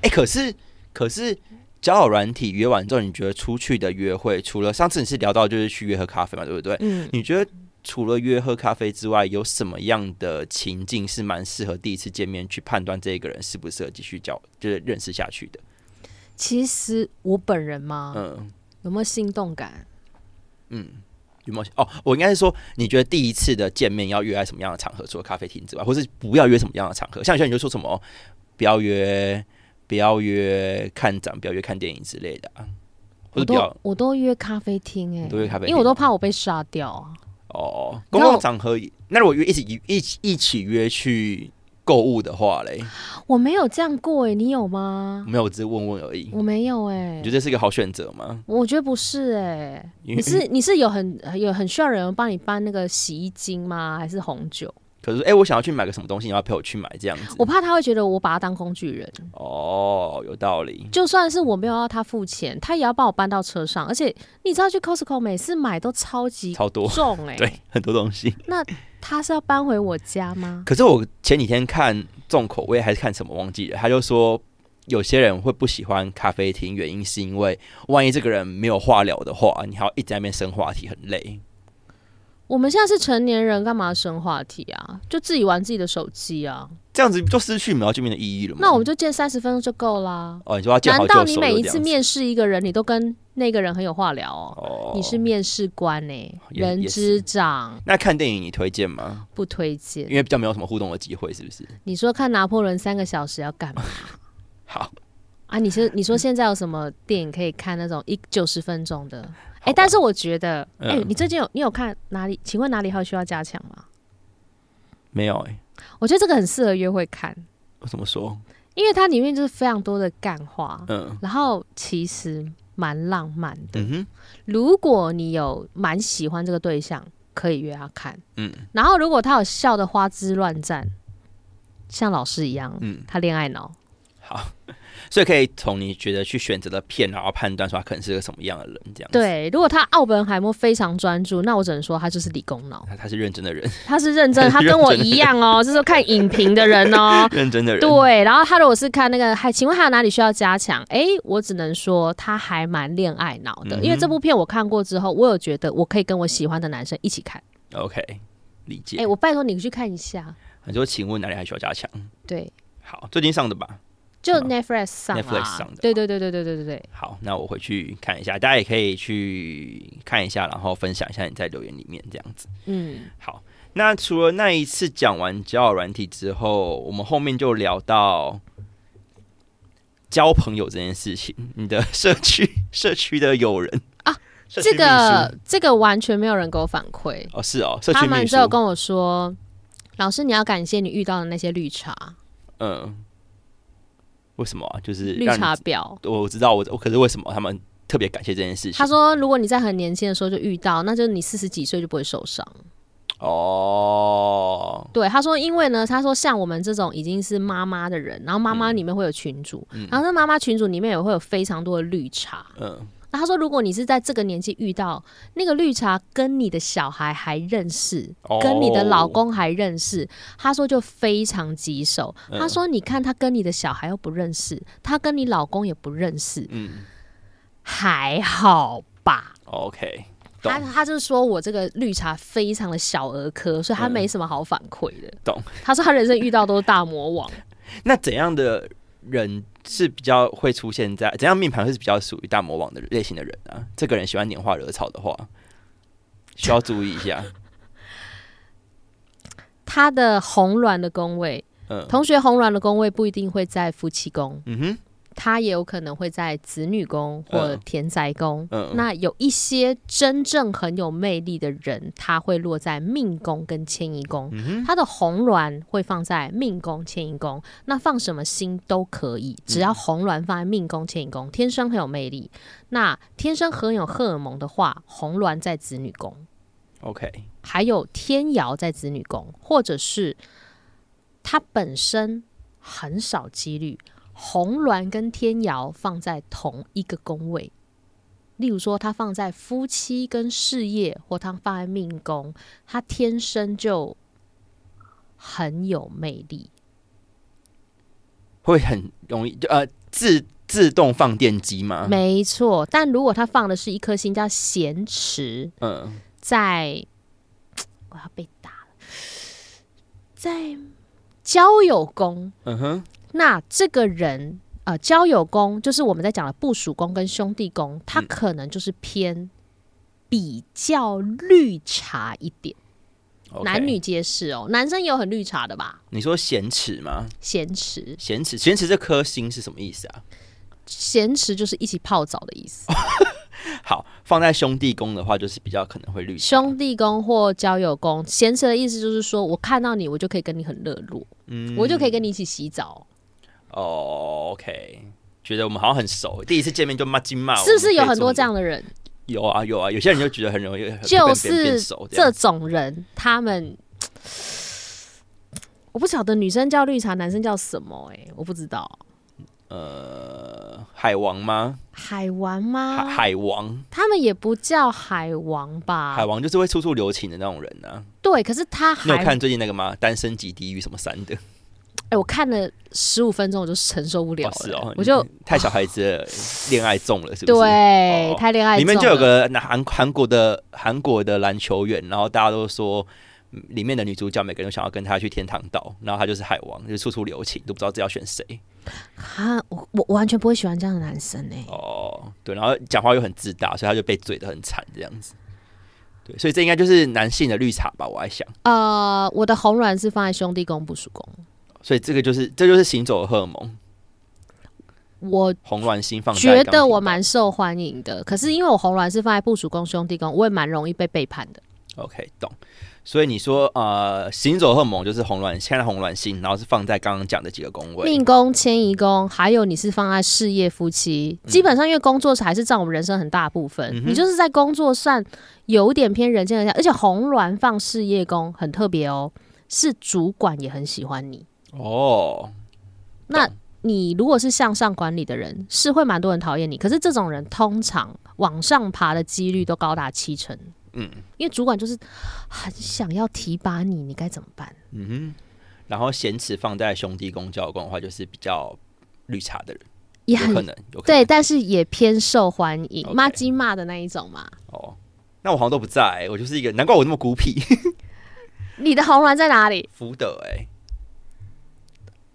[SPEAKER 2] 哎、可是可是交友软体约完之后，你觉得出去的约会，除了上次你是聊到就是去约喝咖啡嘛，对不对？
[SPEAKER 3] 嗯，
[SPEAKER 2] 你觉得除了约喝咖啡之外，有什么样的情境是蛮适合第一次见面去判断这个人适不适合继续交，就是认识下去的？
[SPEAKER 3] 其实我本人嘛，
[SPEAKER 2] 嗯
[SPEAKER 3] 有没有心动感？
[SPEAKER 2] 嗯。有没有哦？我应该是说，你觉得第一次的见面要约在什么样的场合？除了咖啡厅之外，或是不要约什么样的场合？像有些人就说什么哦不要约，不要约看展，不要约看电影之类的、啊，或者
[SPEAKER 3] 我
[SPEAKER 2] 不要
[SPEAKER 3] 都我都约咖啡厅哎、
[SPEAKER 2] 你都约咖啡厅
[SPEAKER 3] 因为我都怕我被杀掉啊。
[SPEAKER 2] 哦。
[SPEAKER 3] 你
[SPEAKER 2] 公
[SPEAKER 3] 知道
[SPEAKER 2] 共场合，那如果约一起一起一起约去购物的话嘞，
[SPEAKER 3] 我没有这样过哎、你有吗？
[SPEAKER 2] 没有，我只是问问而已。
[SPEAKER 3] 我没有
[SPEAKER 2] 嗯
[SPEAKER 3] 哎、
[SPEAKER 2] 你觉得这是一个好选择吗？
[SPEAKER 3] 我觉得不是哎、
[SPEAKER 2] 因
[SPEAKER 3] 你
[SPEAKER 2] 为 [laughs]
[SPEAKER 3] 是你是有很有很需要人帮你搬那个洗衣精吗？还是红酒？
[SPEAKER 2] 可是哎、诶我想要去买个什么东西，你要陪我去买这样子
[SPEAKER 3] 我。怕他会觉得我把他当工具人，
[SPEAKER 2] 哦，有道理。
[SPEAKER 3] 就算是我没有要他付钱，他也要帮我搬到车上。而且你知道去 Costco 每次买都超级
[SPEAKER 2] 超多
[SPEAKER 3] 重哎、
[SPEAKER 2] 对，很多东西。
[SPEAKER 3] 他是要搬回我家吗？
[SPEAKER 2] 可是我前几天看重口味还是看什么忘记了，他就说有些人会不喜欢咖啡厅，原因是因为万一这个人没有话聊的话，你还要一直在那边生话题，很累。
[SPEAKER 3] 我们现在是成年人，干嘛生话题啊？就自己玩自己的手机啊。
[SPEAKER 2] 这样子就哦失去我们要见面的意义了吗？
[SPEAKER 3] 那我们就见三十分钟就够啦。
[SPEAKER 2] 哦，你说要见
[SPEAKER 3] 难
[SPEAKER 2] 嗯好
[SPEAKER 3] 道
[SPEAKER 2] 就
[SPEAKER 3] 你
[SPEAKER 2] 收
[SPEAKER 3] 每
[SPEAKER 2] 就
[SPEAKER 3] 一
[SPEAKER 2] 这
[SPEAKER 3] 次
[SPEAKER 2] 样子。
[SPEAKER 3] 面试一个人，你都跟那个人很有话聊哦？
[SPEAKER 2] 哦，
[SPEAKER 3] 你是面试官呢、欸
[SPEAKER 2] 也
[SPEAKER 3] 人
[SPEAKER 2] 也
[SPEAKER 3] 之
[SPEAKER 2] 是
[SPEAKER 3] 长
[SPEAKER 2] 那看电影你推荐吗？
[SPEAKER 3] 不推荐
[SPEAKER 2] 因。为比较没有什么互动的机会，是不是？
[SPEAKER 3] 你说看拿破仑三个小时要
[SPEAKER 2] [laughs]
[SPEAKER 3] 干嘛
[SPEAKER 2] 好，
[SPEAKER 3] 啊？你是你说现在有什么电影可以看那种一九十分钟的？哎、
[SPEAKER 2] 吧
[SPEAKER 3] 但是我觉得，哎、
[SPEAKER 2] 嗯
[SPEAKER 3] 你最近有你有看哪里？请问哪里还有需要加强吗？
[SPEAKER 2] 没有哎、
[SPEAKER 3] 我觉得这个很适合约会看，
[SPEAKER 2] 我怎么说？
[SPEAKER 3] 因为它里面就是非常多的干话，
[SPEAKER 2] 嗯
[SPEAKER 3] 然后其实蛮浪漫的。
[SPEAKER 2] 嗯哼，
[SPEAKER 3] 如果你有蛮喜欢这个对象，可以约他看。
[SPEAKER 2] 嗯
[SPEAKER 3] 然后如果他有笑的花枝乱颤，像老师一样，
[SPEAKER 2] 嗯。
[SPEAKER 3] 他恋爱脑，
[SPEAKER 2] 好，所以可以从你觉得去选择的片，然后判断说他可能是个什么样的人，这样子。，
[SPEAKER 3] 对，如果他奥本海默非常专注，那我只能说他就是理工脑，
[SPEAKER 2] 他他是认真的人，
[SPEAKER 3] [laughs]
[SPEAKER 2] [laughs]
[SPEAKER 3] 他是认 [laughs] 真，他
[SPEAKER 2] 他是
[SPEAKER 3] 跟我
[SPEAKER 2] 认真的。
[SPEAKER 3] 一样哦，就是看影评的人哦
[SPEAKER 2] 认真的人。，
[SPEAKER 3] [laughs] 对，然后他如果是看那个，还请问还有哪里需要加强？诶，我只能说他还蛮恋爱脑的，
[SPEAKER 2] 嗯哼
[SPEAKER 3] 因为这部片我看过之后，我有觉得我可以跟我喜欢的男生一起看。
[SPEAKER 2] OK，理解。
[SPEAKER 3] 诶，哎我拜托你去看一下，
[SPEAKER 2] 你说，请问哪里还需要加强？
[SPEAKER 3] 对，
[SPEAKER 2] 好，最近上的吧。
[SPEAKER 3] 就是
[SPEAKER 2] 吗
[SPEAKER 3] Netflix 上、啊、
[SPEAKER 2] Netflix 上的
[SPEAKER 3] 对对对对对对对对。
[SPEAKER 2] 好，那我回去看一下，大家也可以去看一下，然后分享一下你在留言里面这样子。
[SPEAKER 3] 嗯，
[SPEAKER 2] 好，那除了那一次讲完交友软体之后，我们后面就聊到交朋友这件事情，你的社区社区的友人
[SPEAKER 3] 啊，
[SPEAKER 2] 社区
[SPEAKER 3] 这
[SPEAKER 2] 秘书
[SPEAKER 3] 个这个完全没有人给我反馈，
[SPEAKER 2] 哦，是哦，社
[SPEAKER 3] 他
[SPEAKER 2] 区
[SPEAKER 3] 们
[SPEAKER 2] 秘
[SPEAKER 3] 只
[SPEAKER 2] 书，
[SPEAKER 3] 有跟我说，老师你要感谢你遇到的那些绿茶
[SPEAKER 2] 嗯，为什么啊？就是
[SPEAKER 3] 绿
[SPEAKER 2] 让你
[SPEAKER 3] 茶婊。
[SPEAKER 2] 我我知道，我我可是为什么他们特别感谢这件事情？
[SPEAKER 3] 他说，如果你在很年轻的时候就遇到，那就是你四十几岁就不会受伤。
[SPEAKER 2] 哦，
[SPEAKER 3] 对，他说，因为呢，他说像我们这种已经是妈妈的人，然后妈妈
[SPEAKER 2] 嗯
[SPEAKER 3] 里面会有群主，然后那妈妈群主里面也会有非常多的绿茶。
[SPEAKER 2] 嗯，
[SPEAKER 3] 那他说，如果你是在这个年纪遇到那个绿茶，跟你的小孩还认识，
[SPEAKER 2] 哦
[SPEAKER 3] 跟你的老公还认识，他说就非常棘手。
[SPEAKER 2] 嗯
[SPEAKER 3] 他说，你看他跟你的小孩又不认识，他跟你老公也不认识，
[SPEAKER 2] 嗯
[SPEAKER 3] 还好吧？
[SPEAKER 2] ，OK，懂
[SPEAKER 3] 他他就是说我这个绿茶非常的小儿科，所以他
[SPEAKER 2] 嗯
[SPEAKER 3] 没什么好反馈的。
[SPEAKER 2] 懂？
[SPEAKER 3] 他说他人生遇到都是大
[SPEAKER 2] [laughs]
[SPEAKER 3] 魔王，
[SPEAKER 2] 那怎样的人是比较会出现在怎样命盘会是比较属于大魔王的类型的人啊？这个人喜欢拈花惹草的话，需要注意一下。
[SPEAKER 3] 他的红鸾的宫位
[SPEAKER 2] 嗯
[SPEAKER 3] 同学红鸾的宫位不一定会在夫妻宫，
[SPEAKER 2] 嗯哼，
[SPEAKER 3] 它也有可能会在子女宫或
[SPEAKER 2] 嗯
[SPEAKER 3] 田宅宫。
[SPEAKER 2] 嗯，
[SPEAKER 3] 那有一些真正很有魅力的人，他会落在命宫跟迁移宫，
[SPEAKER 2] 嗯
[SPEAKER 3] 他的红鸾会放在命宫、迁移宫，那放什么星都可
[SPEAKER 2] 嗯
[SPEAKER 3] 以，只要红鸾放在命宫、迁移宫，天生很有魅力。那天生很有荷尔蒙的话，红鸾在子女宫，
[SPEAKER 2] OK，
[SPEAKER 3] 还有天姚在子女宫，或者是他本身很少几率红鸾跟天姚放在同一个宫位。例如说，他放在夫妻跟事业，或他放在命宫，他天生就很有魅力。
[SPEAKER 2] 会很容易就呃自自动放电机吗？
[SPEAKER 3] 没错，但如果他放的是一颗星叫咸池，
[SPEAKER 2] 嗯，
[SPEAKER 3] 在我要被打了，在交友宫，
[SPEAKER 2] 嗯哼，
[SPEAKER 3] 那这个人呃，交友宫就是我们在讲的部属宫跟兄弟宫，他
[SPEAKER 2] 嗯
[SPEAKER 3] 可能就是偏比较绿茶一点
[SPEAKER 2] OK
[SPEAKER 3] 男女皆是哦，男生也有很绿茶的吧？
[SPEAKER 2] 你说咸池吗？
[SPEAKER 3] 咸池，
[SPEAKER 2] 咸池，咸池这颗星是什么意思啊？
[SPEAKER 3] 咸池就是一起泡澡的
[SPEAKER 2] 哦
[SPEAKER 3] 意思。
[SPEAKER 2] 好，放在兄弟宫的话，就是比较可能会绿茶。
[SPEAKER 3] 兄弟宫或交友宫，咸池的意思就是说我看到你，我就可以跟你很热络，
[SPEAKER 2] 嗯
[SPEAKER 3] 我就可以跟你一起洗澡，
[SPEAKER 2] 哦，OK，觉得我们好像很熟，第一次见面就骂金骂，
[SPEAKER 3] 是不是有很
[SPEAKER 2] 啊我们
[SPEAKER 3] 多
[SPEAKER 2] 可以
[SPEAKER 3] 这样的人？
[SPEAKER 2] 这么？有啊有啊，有些人就觉得很容易，很
[SPEAKER 3] 就
[SPEAKER 2] 变变
[SPEAKER 3] 是
[SPEAKER 2] 变熟这
[SPEAKER 3] 这
[SPEAKER 2] 样
[SPEAKER 3] 种人，他们我不晓得女生叫绿茶，男生叫什么、欸？我不知道，
[SPEAKER 2] 呃海王吗？
[SPEAKER 3] 海
[SPEAKER 2] 海
[SPEAKER 3] 王吗？
[SPEAKER 2] 海王，
[SPEAKER 3] 他们也不叫海王吧
[SPEAKER 2] 海？王就是会处处留情的那种人啊。
[SPEAKER 3] 对，可是他
[SPEAKER 2] 你有
[SPEAKER 3] 还
[SPEAKER 2] 看最近那个吗？《单身级地狱》什么三的？
[SPEAKER 3] 哎、我看了十五分钟，我就承受不了
[SPEAKER 2] 哦是
[SPEAKER 3] 了、
[SPEAKER 2] 哦，
[SPEAKER 3] 我就
[SPEAKER 2] 你太小孩子的恋爱重了，是不是？
[SPEAKER 3] 对、
[SPEAKER 2] 哦
[SPEAKER 3] 太恋爱
[SPEAKER 2] 里面
[SPEAKER 3] 中
[SPEAKER 2] 就有
[SPEAKER 3] 了
[SPEAKER 2] 个拿韩韩国的韩国的篮球员，然后大家都说嗯里面的女主角每个人都想要跟他去天堂岛，然后他就是海王，就处处留情，都不知道这要选谁。
[SPEAKER 3] 啊，我我我完全不会喜欢这样的男生哎、
[SPEAKER 2] 哦，对，然后讲话又很自大，所以他就被嘴的很惨这样子。对，所以这应该就是男性的绿茶吧，我在想。
[SPEAKER 3] 呃，我的红鸾是放在兄弟宫不属宫，
[SPEAKER 2] 所以这个就是这就是行走的荷尔蒙，
[SPEAKER 3] 我
[SPEAKER 2] 红鸾心放在
[SPEAKER 3] 觉
[SPEAKER 2] 钢
[SPEAKER 3] 得
[SPEAKER 2] 琴
[SPEAKER 3] 我
[SPEAKER 2] 吧
[SPEAKER 3] 蛮受欢迎的，可是因为我红鸾是放在部署宫兄弟宫，我也蛮容易被背叛的。
[SPEAKER 2] OK，懂。所以你说呃，行走荷尔蒙就是红鸾，现在红鸾星，然后是放在刚刚讲的几个宫位。
[SPEAKER 3] 命宫、迁移宫，还有你是放在事业、夫妻，基本上因为工作还是占我们人生很大部分，
[SPEAKER 2] 嗯哼
[SPEAKER 3] 你就是在工作上有点偏人见人爱，而且红鸾放事业宫很特别哦，是主管也很喜欢你。
[SPEAKER 2] 哦，
[SPEAKER 3] 那
[SPEAKER 2] 懂
[SPEAKER 3] 你如果是向上管理的人，是会蛮多人讨厌你。可是这种人通常往上爬的几率都高达七成。
[SPEAKER 2] 嗯，
[SPEAKER 3] 因为主管就是很想要提拔你，你该怎么办？
[SPEAKER 2] 嗯哼。然后咸池放在兄弟宫、交友宫的话，就是比较绿茶的人，
[SPEAKER 3] 也
[SPEAKER 2] 有可
[SPEAKER 3] 很
[SPEAKER 2] 能，有可能
[SPEAKER 3] 对，但是也偏受欢迎，
[SPEAKER 2] OK
[SPEAKER 3] 骂鸡骂的那一种嘛。
[SPEAKER 2] 哦。那我好像都不在、我就是一个，难怪我那么孤僻。
[SPEAKER 3] 你的红鸾在哪里
[SPEAKER 2] 福德、哎，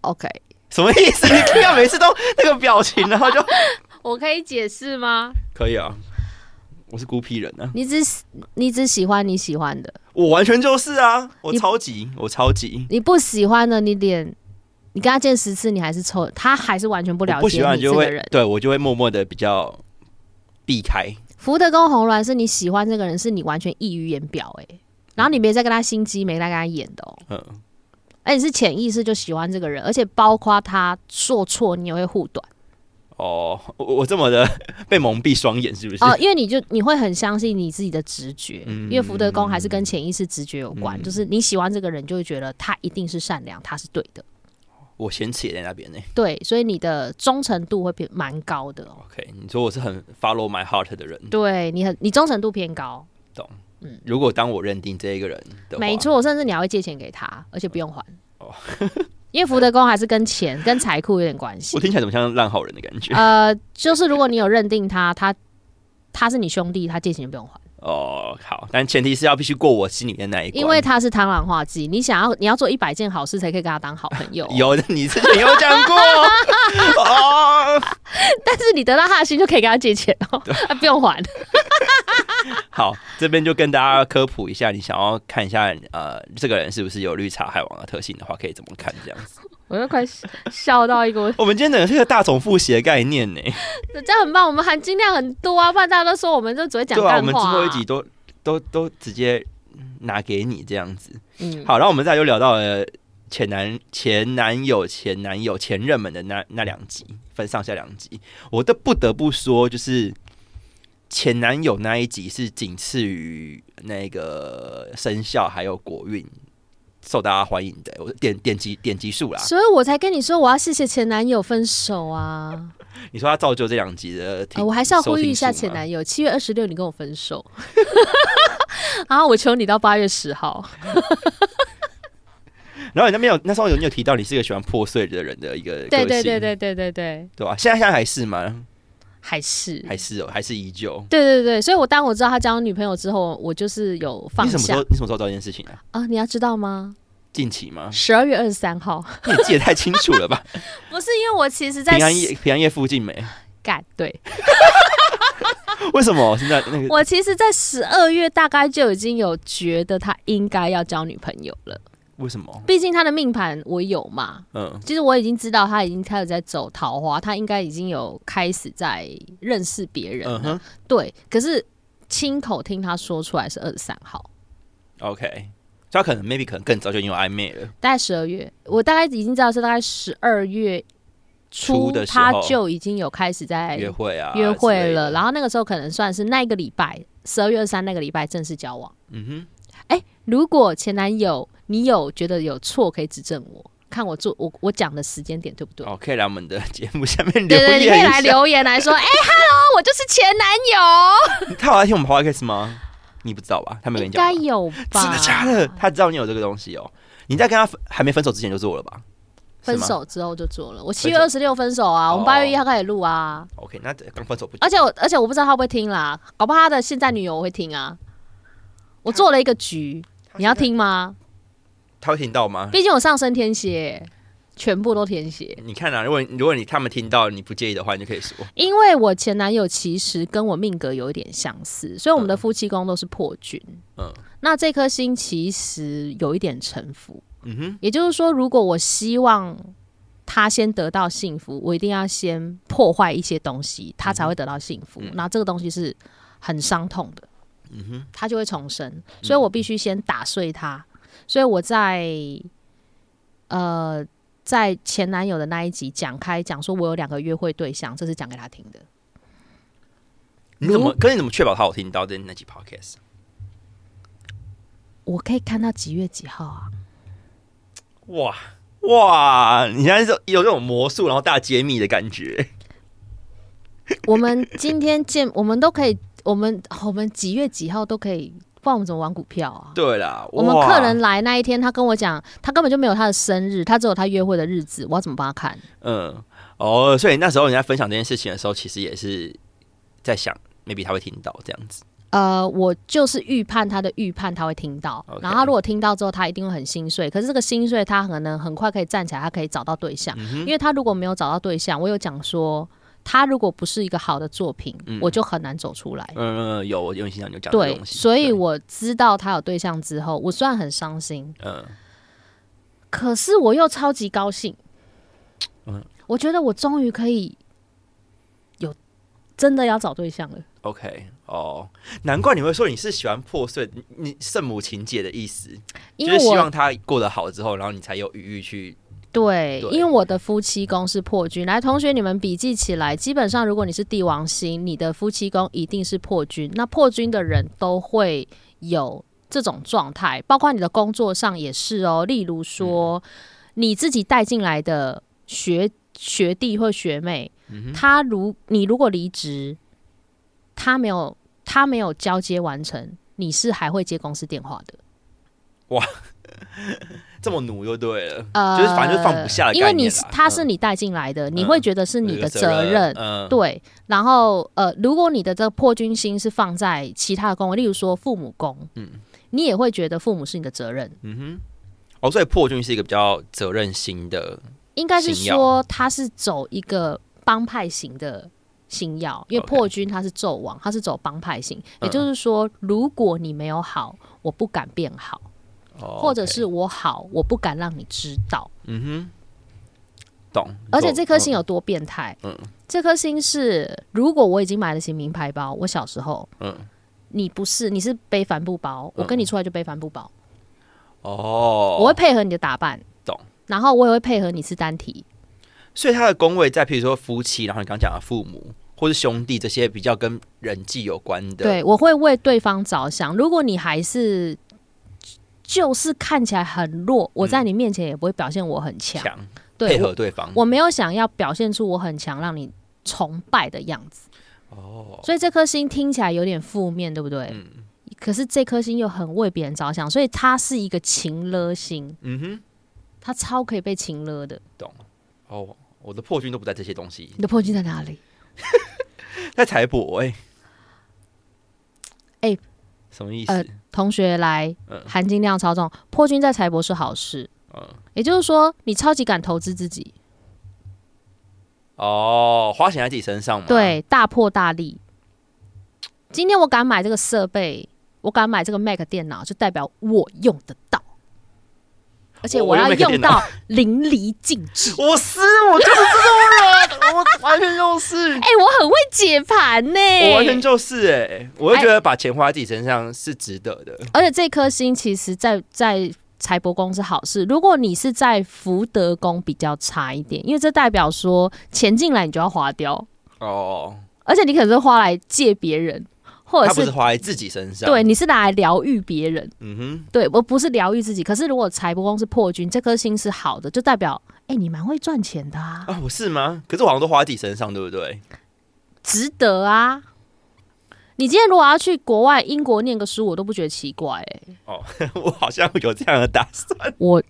[SPEAKER 3] ？OK，
[SPEAKER 2] 什么
[SPEAKER 3] [laughs]
[SPEAKER 2] 意思？你不要每次都那个表情，然后就
[SPEAKER 3] 我可以解释吗？
[SPEAKER 2] 可以啊。我是孤僻人啊，
[SPEAKER 3] 你只你只喜欢你喜欢的，
[SPEAKER 2] 我完全就是啊，我
[SPEAKER 3] 你
[SPEAKER 2] 超级，我超级。
[SPEAKER 3] 你不喜欢的，你脸你跟他见十次，你还是抽，他还是完全不
[SPEAKER 2] 我
[SPEAKER 3] 了
[SPEAKER 2] 不喜
[SPEAKER 3] 解
[SPEAKER 2] 欢
[SPEAKER 3] 你这
[SPEAKER 2] 就
[SPEAKER 3] 个
[SPEAKER 2] 会
[SPEAKER 3] 人，。
[SPEAKER 2] 对我就会默默的比较避开。
[SPEAKER 3] 福德跟红鸾是你喜欢这个人，是你完全溢于言表哎、然后你别再跟他心机，没再跟他演的哦、
[SPEAKER 2] 嗯，
[SPEAKER 3] 而且是潜意识就喜欢这个人，而且包括他做错，你也会护短
[SPEAKER 2] 哦，我我这么的被蒙蔽双眼是不是？
[SPEAKER 3] 哦、因为你就你会很相信你自己的直觉，
[SPEAKER 2] 嗯
[SPEAKER 3] 因为福德宫还是跟潜意识直觉有关，
[SPEAKER 2] 嗯
[SPEAKER 3] 就是你喜欢这个人，就会觉得他一定是善良，他是对的，
[SPEAKER 2] 我嫌弃也在那边呢。
[SPEAKER 3] 对，所以你的忠诚度会变蛮高的哦，
[SPEAKER 2] OK，你说我是很 follow my heart 的人，
[SPEAKER 3] 对你很你忠诚度偏高，
[SPEAKER 2] 如果当我认定这一个人的话，
[SPEAKER 3] 没，错，甚至你还会借钱给他，而且不用还
[SPEAKER 2] 哦，
[SPEAKER 3] [laughs] 因为福德宫还是跟钱跟财库有点关系
[SPEAKER 2] 我，听起来怎么像烂好人的感觉？
[SPEAKER 3] 呃，就是如果你有认定他，他他是你兄弟，他借钱就不用还。
[SPEAKER 2] 哦，好，但前提是要必须过我心里面那一关。，
[SPEAKER 3] 因为他是螳螂画技，你想要你要做一百件好事才可以跟他当好朋友
[SPEAKER 2] 有的，你之前有讲过 [laughs] 哦，
[SPEAKER 3] 哦
[SPEAKER 2] [laughs]
[SPEAKER 3] 但是你得到他的心就可以跟他借钱哦，啊不用还。
[SPEAKER 2] 好，这边就跟大家科普一下，你想要看一下呃，这个人是不是有绿茶海王的特性的话，可以怎么看？这样子，
[SPEAKER 3] 我又快笑到一个，
[SPEAKER 2] 我们今天整个是个大重复习的概念呢。
[SPEAKER 3] [laughs] 这样很棒，我们含金量很多啊，不然大家都说我们就只会讲
[SPEAKER 2] 对
[SPEAKER 3] 干话、
[SPEAKER 2] 啊，我们最后一集都都都直接拿给你这样子。
[SPEAKER 3] 嗯，
[SPEAKER 2] 好，然后我们再就聊到了前男前男友前男友前任们的那那两集，分上下两集。我都不得不说，就是前男友那一集是仅次于那个生肖还有国运受大家欢迎的，我点点击点击数啦。
[SPEAKER 3] 所以我才跟你说我要谢谢前男友分手啊！
[SPEAKER 2] 你说他造就这两集的听、
[SPEAKER 3] 呃我还是要呼吁一下
[SPEAKER 2] 收听
[SPEAKER 3] 前
[SPEAKER 2] 数吗
[SPEAKER 3] 男友，七月二十六你跟我分手， [laughs] 然后我求你到八月
[SPEAKER 2] [laughs]
[SPEAKER 3] 十号。
[SPEAKER 2] 然后你那边有那时候有你有提到你是一个喜欢破碎的人的一个
[SPEAKER 3] 对
[SPEAKER 2] 个
[SPEAKER 3] 对对
[SPEAKER 2] 性
[SPEAKER 3] 对对对对，
[SPEAKER 2] 对吧、现在现在还是吗？
[SPEAKER 3] 还是
[SPEAKER 2] 还是哦，还是依旧。
[SPEAKER 3] 对对对，所以我当我知道他交女朋友之后，我就是有放
[SPEAKER 2] 你什么时
[SPEAKER 3] 下
[SPEAKER 2] 候你什么时候知道这件事情啊？
[SPEAKER 3] 啊。你要知道吗？
[SPEAKER 2] 近期吗？
[SPEAKER 3] 十二月二十三号， [laughs]
[SPEAKER 2] [laughs] 你记得太清楚了吧？
[SPEAKER 3] 不是因为我其 [laughs] 实在
[SPEAKER 2] 平安夜，平安夜附近没？
[SPEAKER 3] 干对。
[SPEAKER 2] 为什么现在那个？
[SPEAKER 3] 我其实，在十二月大概就已经有觉得他应该要交女朋友了，
[SPEAKER 2] 为什么？
[SPEAKER 3] 毕竟他的命盘我有嘛。
[SPEAKER 2] 嗯，
[SPEAKER 3] 其实我已经知道他已经开始在走桃花，他应该已经有开始在认识别人
[SPEAKER 2] 嗯
[SPEAKER 3] 了。
[SPEAKER 2] 哼
[SPEAKER 3] 对，可是亲口听他说出来是二十三号，
[SPEAKER 2] ，OK，所以他可能 maybe 可能更早就已经有暧昧了。
[SPEAKER 3] 大概十二月，我大概已经知道是大概十二月
[SPEAKER 2] 初
[SPEAKER 3] 初
[SPEAKER 2] 的时
[SPEAKER 3] 他
[SPEAKER 2] 候
[SPEAKER 3] 就已经有开始在
[SPEAKER 2] 约会啊，
[SPEAKER 3] 哎约
[SPEAKER 2] 之
[SPEAKER 3] 会
[SPEAKER 2] 类的
[SPEAKER 3] 了，。然后那个时候可能算是那一个礼拜，十二月二三那个礼拜正式交往。
[SPEAKER 2] 嗯
[SPEAKER 3] 如果前男友你有觉得有错，可以指正我，看我做我我讲的时间点对不对
[SPEAKER 2] 哼，？哦，可以来我们的节目下面留
[SPEAKER 3] 对
[SPEAKER 2] 言
[SPEAKER 3] 对，你可以
[SPEAKER 2] 一
[SPEAKER 3] 来
[SPEAKER 2] 下。
[SPEAKER 3] 留言来 [laughs] 说，哎、哈 h e l l o 我就是前男
[SPEAKER 2] 他有来听我们 podcast 吗？你不知道吧？他没跟
[SPEAKER 3] 友，应
[SPEAKER 2] 你讲
[SPEAKER 3] 该
[SPEAKER 2] 吧。
[SPEAKER 3] 有啊吧？
[SPEAKER 2] 真的假的？他知道你有这个东西哦。你在跟他分还没分手之前就做了吧？是
[SPEAKER 3] 分
[SPEAKER 2] 吗
[SPEAKER 3] 手之后就做了，我七
[SPEAKER 2] 分手
[SPEAKER 3] 月二十六分手啊，我们
[SPEAKER 2] 哦
[SPEAKER 3] 八月一号开始录啊，
[SPEAKER 2] ？OK，那刚分手不久
[SPEAKER 3] 而且我而且我不知道他会不会听啦，搞不好他的现在女友我会听啊，我做了一个局，你要，听吗？
[SPEAKER 2] 他会听到吗？
[SPEAKER 3] 毕竟我上升天蝎，全部都天蝎。
[SPEAKER 2] 你看啊，如果如果你他们听到你不介意的话，你就可以说。
[SPEAKER 3] 因为我前男友其实跟我命格有一点相似，所以我们的夫妻宫都是破军。
[SPEAKER 2] 嗯
[SPEAKER 3] 那这颗星其实有一点城府，
[SPEAKER 2] 嗯哼，
[SPEAKER 3] 也就是说，如果我希望他先得到幸福，我一定要先破坏一些东西，他才会得到幸福。
[SPEAKER 2] 嗯
[SPEAKER 3] 那、这个东西是很伤痛的，
[SPEAKER 2] 嗯哼。嗯
[SPEAKER 3] 他就会重生，所以我必须先打碎它。所以我在呃，在前男友的那一集讲开讲说，我有两个约会对象，这是讲给他听的。
[SPEAKER 2] 你怎么？
[SPEAKER 3] 如
[SPEAKER 2] 可是你怎么确保他有听到这那集 podcast？
[SPEAKER 3] 我可以看到几月几号 [laughs] 啊？
[SPEAKER 2] 哇哇！你现在是有这种魔术，然后大揭秘的感觉。 [laughs]
[SPEAKER 3] 我们今天见，我们都可以，我们哦我们几月几号都可以，不然我们怎么玩股票啊？
[SPEAKER 2] 对啦，
[SPEAKER 3] 我们
[SPEAKER 2] 哇
[SPEAKER 3] 客人，来那一天，他跟我讲，他根本就没有他的生日，他只有他约会的日子，我要怎么帮他看？
[SPEAKER 2] 嗯，哦，所以那时候人家分享这件事情的时候，其实也是在想，maybe 他会听到这样子。
[SPEAKER 3] 呃，我就是预判他的预判，他会听到
[SPEAKER 2] OK
[SPEAKER 3] 然后他如果听到之后，他一定会很心碎。可是这个心碎，他可能很快可以站起来，他可以找到对象，
[SPEAKER 2] 嗯
[SPEAKER 3] 因为他如果没有找到对象，我有讲说，他如果不是一个好的作品，
[SPEAKER 2] 嗯
[SPEAKER 3] 我就很难走出来。
[SPEAKER 2] 嗯，嗯有我有印象，你有讲这个
[SPEAKER 3] 对，
[SPEAKER 2] 东西。
[SPEAKER 3] 所以
[SPEAKER 2] 对，
[SPEAKER 3] 我知道他有对象之后，我虽然很伤心，
[SPEAKER 2] 嗯，
[SPEAKER 3] 可是我又超级高兴。
[SPEAKER 2] 嗯
[SPEAKER 3] 我觉得我终于可以有真的要找对象了。
[SPEAKER 2] OK，哦，难怪你会说你是喜欢破碎，你你圣母情节的意思，就
[SPEAKER 3] 因为
[SPEAKER 2] 是希
[SPEAKER 3] 我
[SPEAKER 2] 望他过得好之后，然后你才有余裕去。
[SPEAKER 3] 对
[SPEAKER 2] 对，
[SPEAKER 3] 因为我的夫妻宫是破军，来，同学你们笔记起来。基本上，如果你是帝王星，你的夫妻宫一定是破军。那破军的人都会有这种状态，包括你的工作上也是哦。例如说，
[SPEAKER 2] 嗯
[SPEAKER 3] 你自己带进来的学学弟或学妹，
[SPEAKER 2] 嗯
[SPEAKER 3] 他如你如果离职，他没有他没有交接完成，你是还会接公司电话的。
[SPEAKER 2] 这么努就对了，
[SPEAKER 3] 呃，
[SPEAKER 2] 就是反正就是放不啊下的概
[SPEAKER 3] 因为
[SPEAKER 2] 念
[SPEAKER 3] 你
[SPEAKER 2] 啦
[SPEAKER 3] 是他是
[SPEAKER 2] 嗯
[SPEAKER 3] 你带进来的，你
[SPEAKER 2] 嗯
[SPEAKER 3] 会觉得是你
[SPEAKER 2] 有
[SPEAKER 3] 的
[SPEAKER 2] 责
[SPEAKER 3] 责任，
[SPEAKER 2] 嗯，
[SPEAKER 3] 对。然后呃，如果你的这个破军星是放在其他的宫位，例如说父母宫，
[SPEAKER 2] 嗯
[SPEAKER 3] 你也会觉得父母是你的责任，
[SPEAKER 2] 嗯哼，哦，所以破军是一个比较责任心的，
[SPEAKER 3] 应该是
[SPEAKER 2] 星耀
[SPEAKER 3] 说他是走一个帮派型的星耀，因为
[SPEAKER 2] OK
[SPEAKER 3] 破军他是纣王，他是走帮派型，也
[SPEAKER 2] 嗯
[SPEAKER 3] 就是说，如果你没有好，我不敢变好，
[SPEAKER 2] 哦
[SPEAKER 3] 或者
[SPEAKER 2] OK
[SPEAKER 3] 是我好，我不敢让你知道。
[SPEAKER 2] 嗯哼，懂。
[SPEAKER 3] 而且这颗星
[SPEAKER 2] 有
[SPEAKER 3] 有多变态？
[SPEAKER 2] 嗯
[SPEAKER 3] 这颗星是，如果我已经买得起名牌包，我小时候，
[SPEAKER 2] 嗯
[SPEAKER 3] 你不是，你是背帆布包，我跟你出来就背帆布包，
[SPEAKER 2] 哦，
[SPEAKER 3] 我会配合你的打扮，
[SPEAKER 2] 懂。
[SPEAKER 3] 然后我也会配合你吃单体，
[SPEAKER 2] 所以他的宫位在，譬如说夫妻，然后你刚讲的父母或是兄弟这些比较跟人际有关的，
[SPEAKER 3] 对，我会为对方着想。如果你还是就是看起来很弱，我在你面前也不会表现我很强，
[SPEAKER 2] 嗯强配
[SPEAKER 3] 对
[SPEAKER 2] 合
[SPEAKER 3] 我，
[SPEAKER 2] 对方。
[SPEAKER 3] 我没有想要表现出我很强，让你崇拜的样子。
[SPEAKER 2] 哦，
[SPEAKER 3] 所以这颗星听起来有点负面，对不对？
[SPEAKER 2] 嗯
[SPEAKER 3] 可是这颗星又很为别人着想，所以它是一个情勒星，
[SPEAKER 2] 嗯哼，
[SPEAKER 3] 它超可以被情勒的。
[SPEAKER 2] 哦，我的破军都不在这些东西
[SPEAKER 3] 你，的破军在哪里？
[SPEAKER 2] 在财帛哎、
[SPEAKER 3] 哎
[SPEAKER 2] 什么意思？
[SPEAKER 3] 呃同学来，
[SPEAKER 2] 嗯
[SPEAKER 3] 含金量超重，破军在财帛是好事。也就是说，你超级敢投资自己，
[SPEAKER 2] 哦，花钱在自己身上嘛。，
[SPEAKER 3] 对，大破大立。今天我敢买这个设备，我敢买这个 Mac 电脑，就代表我用得到，而且
[SPEAKER 2] 我
[SPEAKER 3] 我
[SPEAKER 2] 我用
[SPEAKER 3] 要
[SPEAKER 2] Mac
[SPEAKER 3] 用
[SPEAKER 2] 电脑
[SPEAKER 3] 到淋漓尽致。
[SPEAKER 2] 我是我就是这种人，我完全就是。
[SPEAKER 3] [laughs] 哎、我很会解盘呢、
[SPEAKER 2] 我完全就是哎、我会觉得把钱花在自己身上是值得的。
[SPEAKER 3] 而且这颗星其实在在财帛宫是好事，如果你是在福德宫比较差一点，因为这代表说钱进来你就要花掉，
[SPEAKER 2] 哦，
[SPEAKER 3] 而且你可能是花来借别人，或
[SPEAKER 2] 他
[SPEAKER 3] 者
[SPEAKER 2] 不
[SPEAKER 3] 是
[SPEAKER 2] 是花在自己身上。
[SPEAKER 3] 对，你是拿来疗愈别人，
[SPEAKER 2] 嗯哼，
[SPEAKER 3] 对我不是疗愈自己。可是如果财帛宫是破军，这颗星是好的，就代表哎、你蛮会赚钱的啊，
[SPEAKER 2] 啊，我是吗？可是我好像都花在自己身上，对不对？ [laughs]
[SPEAKER 3] 值得啊。你今天如果要去国外英国念个书，我都不觉得奇怪、欸。
[SPEAKER 2] 我好像有这样的打算。
[SPEAKER 3] 我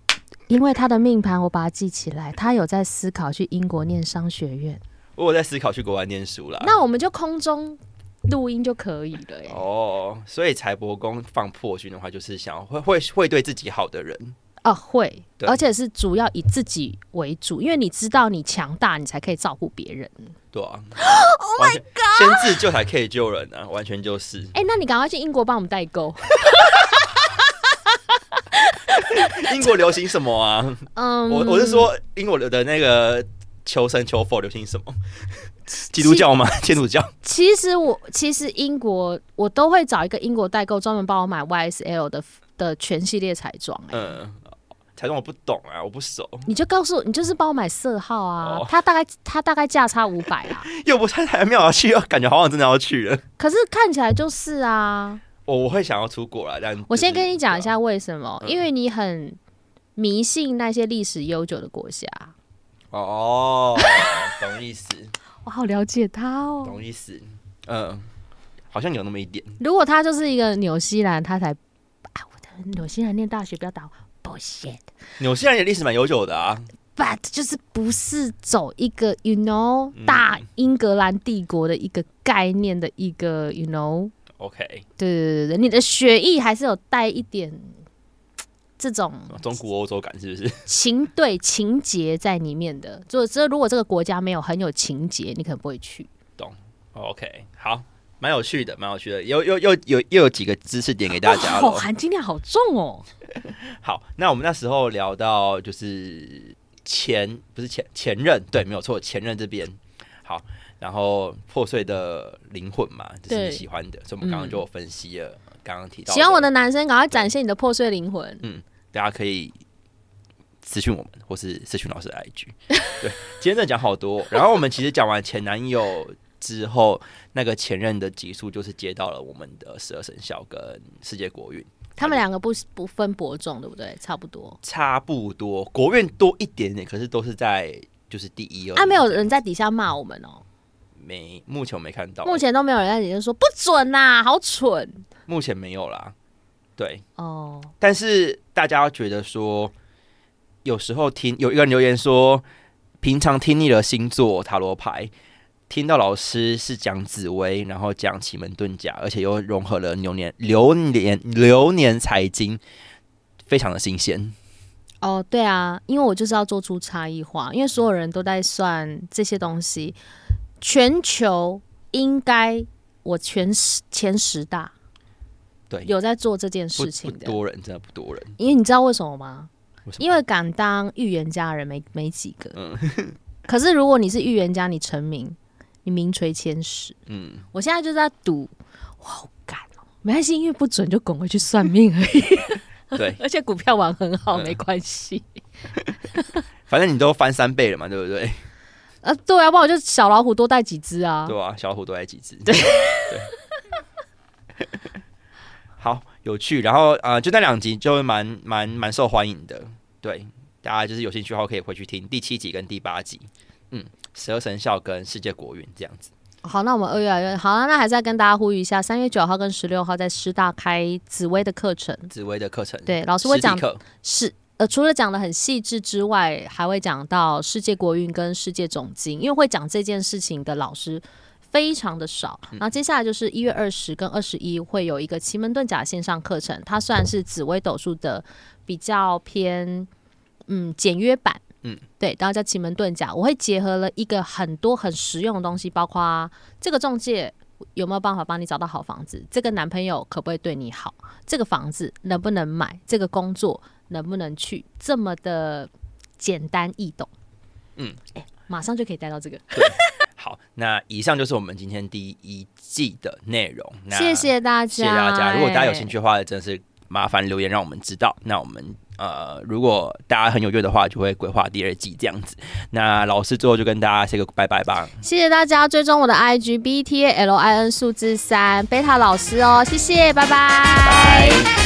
[SPEAKER 3] 因为他的命盘，我把它记起来。他有在思考去英国念商学院，
[SPEAKER 2] 我有在思考去国外念书啦。
[SPEAKER 3] 那我们就空中录音就可以了、耶。哦
[SPEAKER 2] 哦，所以财帛宫放破军的话，就是想要会会会对自己好的人。
[SPEAKER 3] 哦会，
[SPEAKER 2] 对
[SPEAKER 3] 而且是主要以自己为主，因为你知道你强大，你才可以照顾别人。
[SPEAKER 2] 对啊，Oh my god！先自救才可以救人啊，完全就是
[SPEAKER 3] 哎、那你赶快去英国帮我们代购。
[SPEAKER 2] 英国流行什么啊？
[SPEAKER 3] 嗯，
[SPEAKER 2] 我我是说英国的那个求神求佛流行什么？ [laughs] 基督教吗？天主教？
[SPEAKER 3] 其实我其实英国我都会找一个英国代购专门帮我买 YSL 的的全系列彩妆、
[SPEAKER 2] [laughs]
[SPEAKER 3] 哎、
[SPEAKER 2] 嗯，彩妆我不懂啊，我不熟，
[SPEAKER 3] 你就告诉我，你就是帮我买色号啊，
[SPEAKER 2] 哦
[SPEAKER 3] 它大概它大概价差五百啊，
[SPEAKER 2] 又不是还没有要去，又感觉好像真的要去了。
[SPEAKER 3] 可是看起来就是啊。
[SPEAKER 2] 我我会想要出国啦，啊但
[SPEAKER 3] 我先
[SPEAKER 2] 就是
[SPEAKER 3] 跟你讲一，
[SPEAKER 2] 对啊
[SPEAKER 3] 下为什么，
[SPEAKER 2] 嗯
[SPEAKER 3] 因为你很迷信那些历史悠久的国家。
[SPEAKER 2] [laughs] 哦，懂意思，
[SPEAKER 3] 我好了解他哦。
[SPEAKER 2] 懂意思，嗯，好像有那么一点。
[SPEAKER 3] 如果他就是一个纽西兰，他才啊，我的纽西兰念大学不要打我 bullshit。
[SPEAKER 2] 纽西兰也历史蛮悠久的啊，
[SPEAKER 3] But 就是不是走一个 you know
[SPEAKER 2] 嗯
[SPEAKER 3] 大英格兰帝国的一个概念的一个 you know，
[SPEAKER 2] OK，
[SPEAKER 3] 对对对对，你的血液还是有带一点这种
[SPEAKER 2] 中古欧洲感是不是？
[SPEAKER 3] 情对情节在里面的。就这如果这个国家没有很有情节，你可能不会去。
[SPEAKER 2] 哦 OK，好，蛮有趣的，蛮有趣的，又又又有又有几个知识点给大家了。
[SPEAKER 3] 哦， [laughs] 含金量好重哦。
[SPEAKER 2] 好，那我们那时候聊到就是前不是前前任，对，没有错，前任这边好，然后破碎的灵魂嘛，这是
[SPEAKER 3] 对
[SPEAKER 2] 你喜欢的，所以我们刚刚就有分析了刚刚提到，
[SPEAKER 3] 喜欢我的，男生，赶快展现你的破碎灵魂。
[SPEAKER 2] 大家可以。私讯我们，或是私讯老师的 IG。对，今天真的讲好多。然后我们其实讲完前男友之后，那个前任的集数就是接到了我们的十二生肖跟世界国运。
[SPEAKER 3] 他们两个不不分伯仲，对不对？差不多。
[SPEAKER 2] 差不多，国运多一点点，可是都是在就是第一二。
[SPEAKER 3] 啊，没有人在底下骂我们哦。
[SPEAKER 2] 没，目前我没看到，
[SPEAKER 3] 目前都没有人在底下说不准呐、好蠢
[SPEAKER 2] 目前没有啦。对，
[SPEAKER 3] 哦。
[SPEAKER 2] 但是大家觉得说，有时候听有一个人留言说，平常听腻了星座塔罗牌，听到老师是讲紫薇，然后讲奇门遁甲，而且又融合了流年流年流年财经，非常的新鲜。
[SPEAKER 3] 哦，对啊，因为我就是要做出差异化，因为所有人都在算这些东西。全球应该我前十前十大
[SPEAKER 2] 对，
[SPEAKER 3] 有在做这件
[SPEAKER 2] 不
[SPEAKER 3] 事情
[SPEAKER 2] 不
[SPEAKER 3] 的，
[SPEAKER 2] 多人，真的不多人。
[SPEAKER 3] 因为你知道为什么吗？
[SPEAKER 2] 为什么
[SPEAKER 3] 因为敢当预言家的人没没几个。
[SPEAKER 2] 嗯
[SPEAKER 3] 可是如果你是预言家，你成名，你名垂千史。
[SPEAKER 2] 嗯，
[SPEAKER 3] 我现在就在赌，我好敢哦，没关系，因为不准就滚回去算命而已。 [laughs]
[SPEAKER 2] 对，
[SPEAKER 3] 而且股票玩很好，
[SPEAKER 2] 嗯
[SPEAKER 3] 没关系。
[SPEAKER 2] 反正你都翻三倍了嘛，对不对？
[SPEAKER 3] 啊，对啊，要不然我就小老虎多带几只
[SPEAKER 2] [laughs]
[SPEAKER 3] 啊。
[SPEAKER 2] 对啊，小虎都来几只。对， [laughs] 好有趣。然后呃，就那两集就蛮蛮蛮受欢迎的，对，大家就是有兴趣的话可以回去听第七集跟第八集，嗯，十二生肖跟世界国运这样子。
[SPEAKER 3] 好，那我们二月二月好了，那还是要跟大家呼吁一下，三月九号跟十六号在师大开紫薇的课程。
[SPEAKER 2] 紫薇的课程，
[SPEAKER 3] 对，老师
[SPEAKER 2] 实
[SPEAKER 3] 会
[SPEAKER 2] 体
[SPEAKER 3] 讲
[SPEAKER 2] 课，
[SPEAKER 3] 是呃，除了讲的很细致之外，还会讲到世界国运跟世界总经，因为会讲这件事情的老师非常的少。然后接下来就是一月二十跟二十一会有一个奇门遁甲线上课程，它虽然是紫微斗数的比较偏嗯简约版，
[SPEAKER 2] 嗯，
[SPEAKER 3] 对，然后叫奇门遁甲，我会结合了一个很多很实用的东西，包括这个中介。有没有办法帮你找到好房子？这个男朋友可不可以对你好？这个房子能不能买？这个工作能不能去这么的简单易懂？
[SPEAKER 2] 嗯，
[SPEAKER 3] 哎、马上就可以带到这个。
[SPEAKER 2] 好，那以上就是我们今天第一季的内容。那
[SPEAKER 3] 谢谢大家，
[SPEAKER 2] 谢谢大家。如果大家有兴趣，的话，真的是麻烦留言让我们知道。那我们呃，如果大家很踊跃的话，就会规划第二季这样子。那老师最后就跟大家 say 个拜拜吧。
[SPEAKER 3] 谢谢大家追踪我的 IG B T A L I N 数字三贝塔老师哦，谢谢，拜拜
[SPEAKER 2] 拜。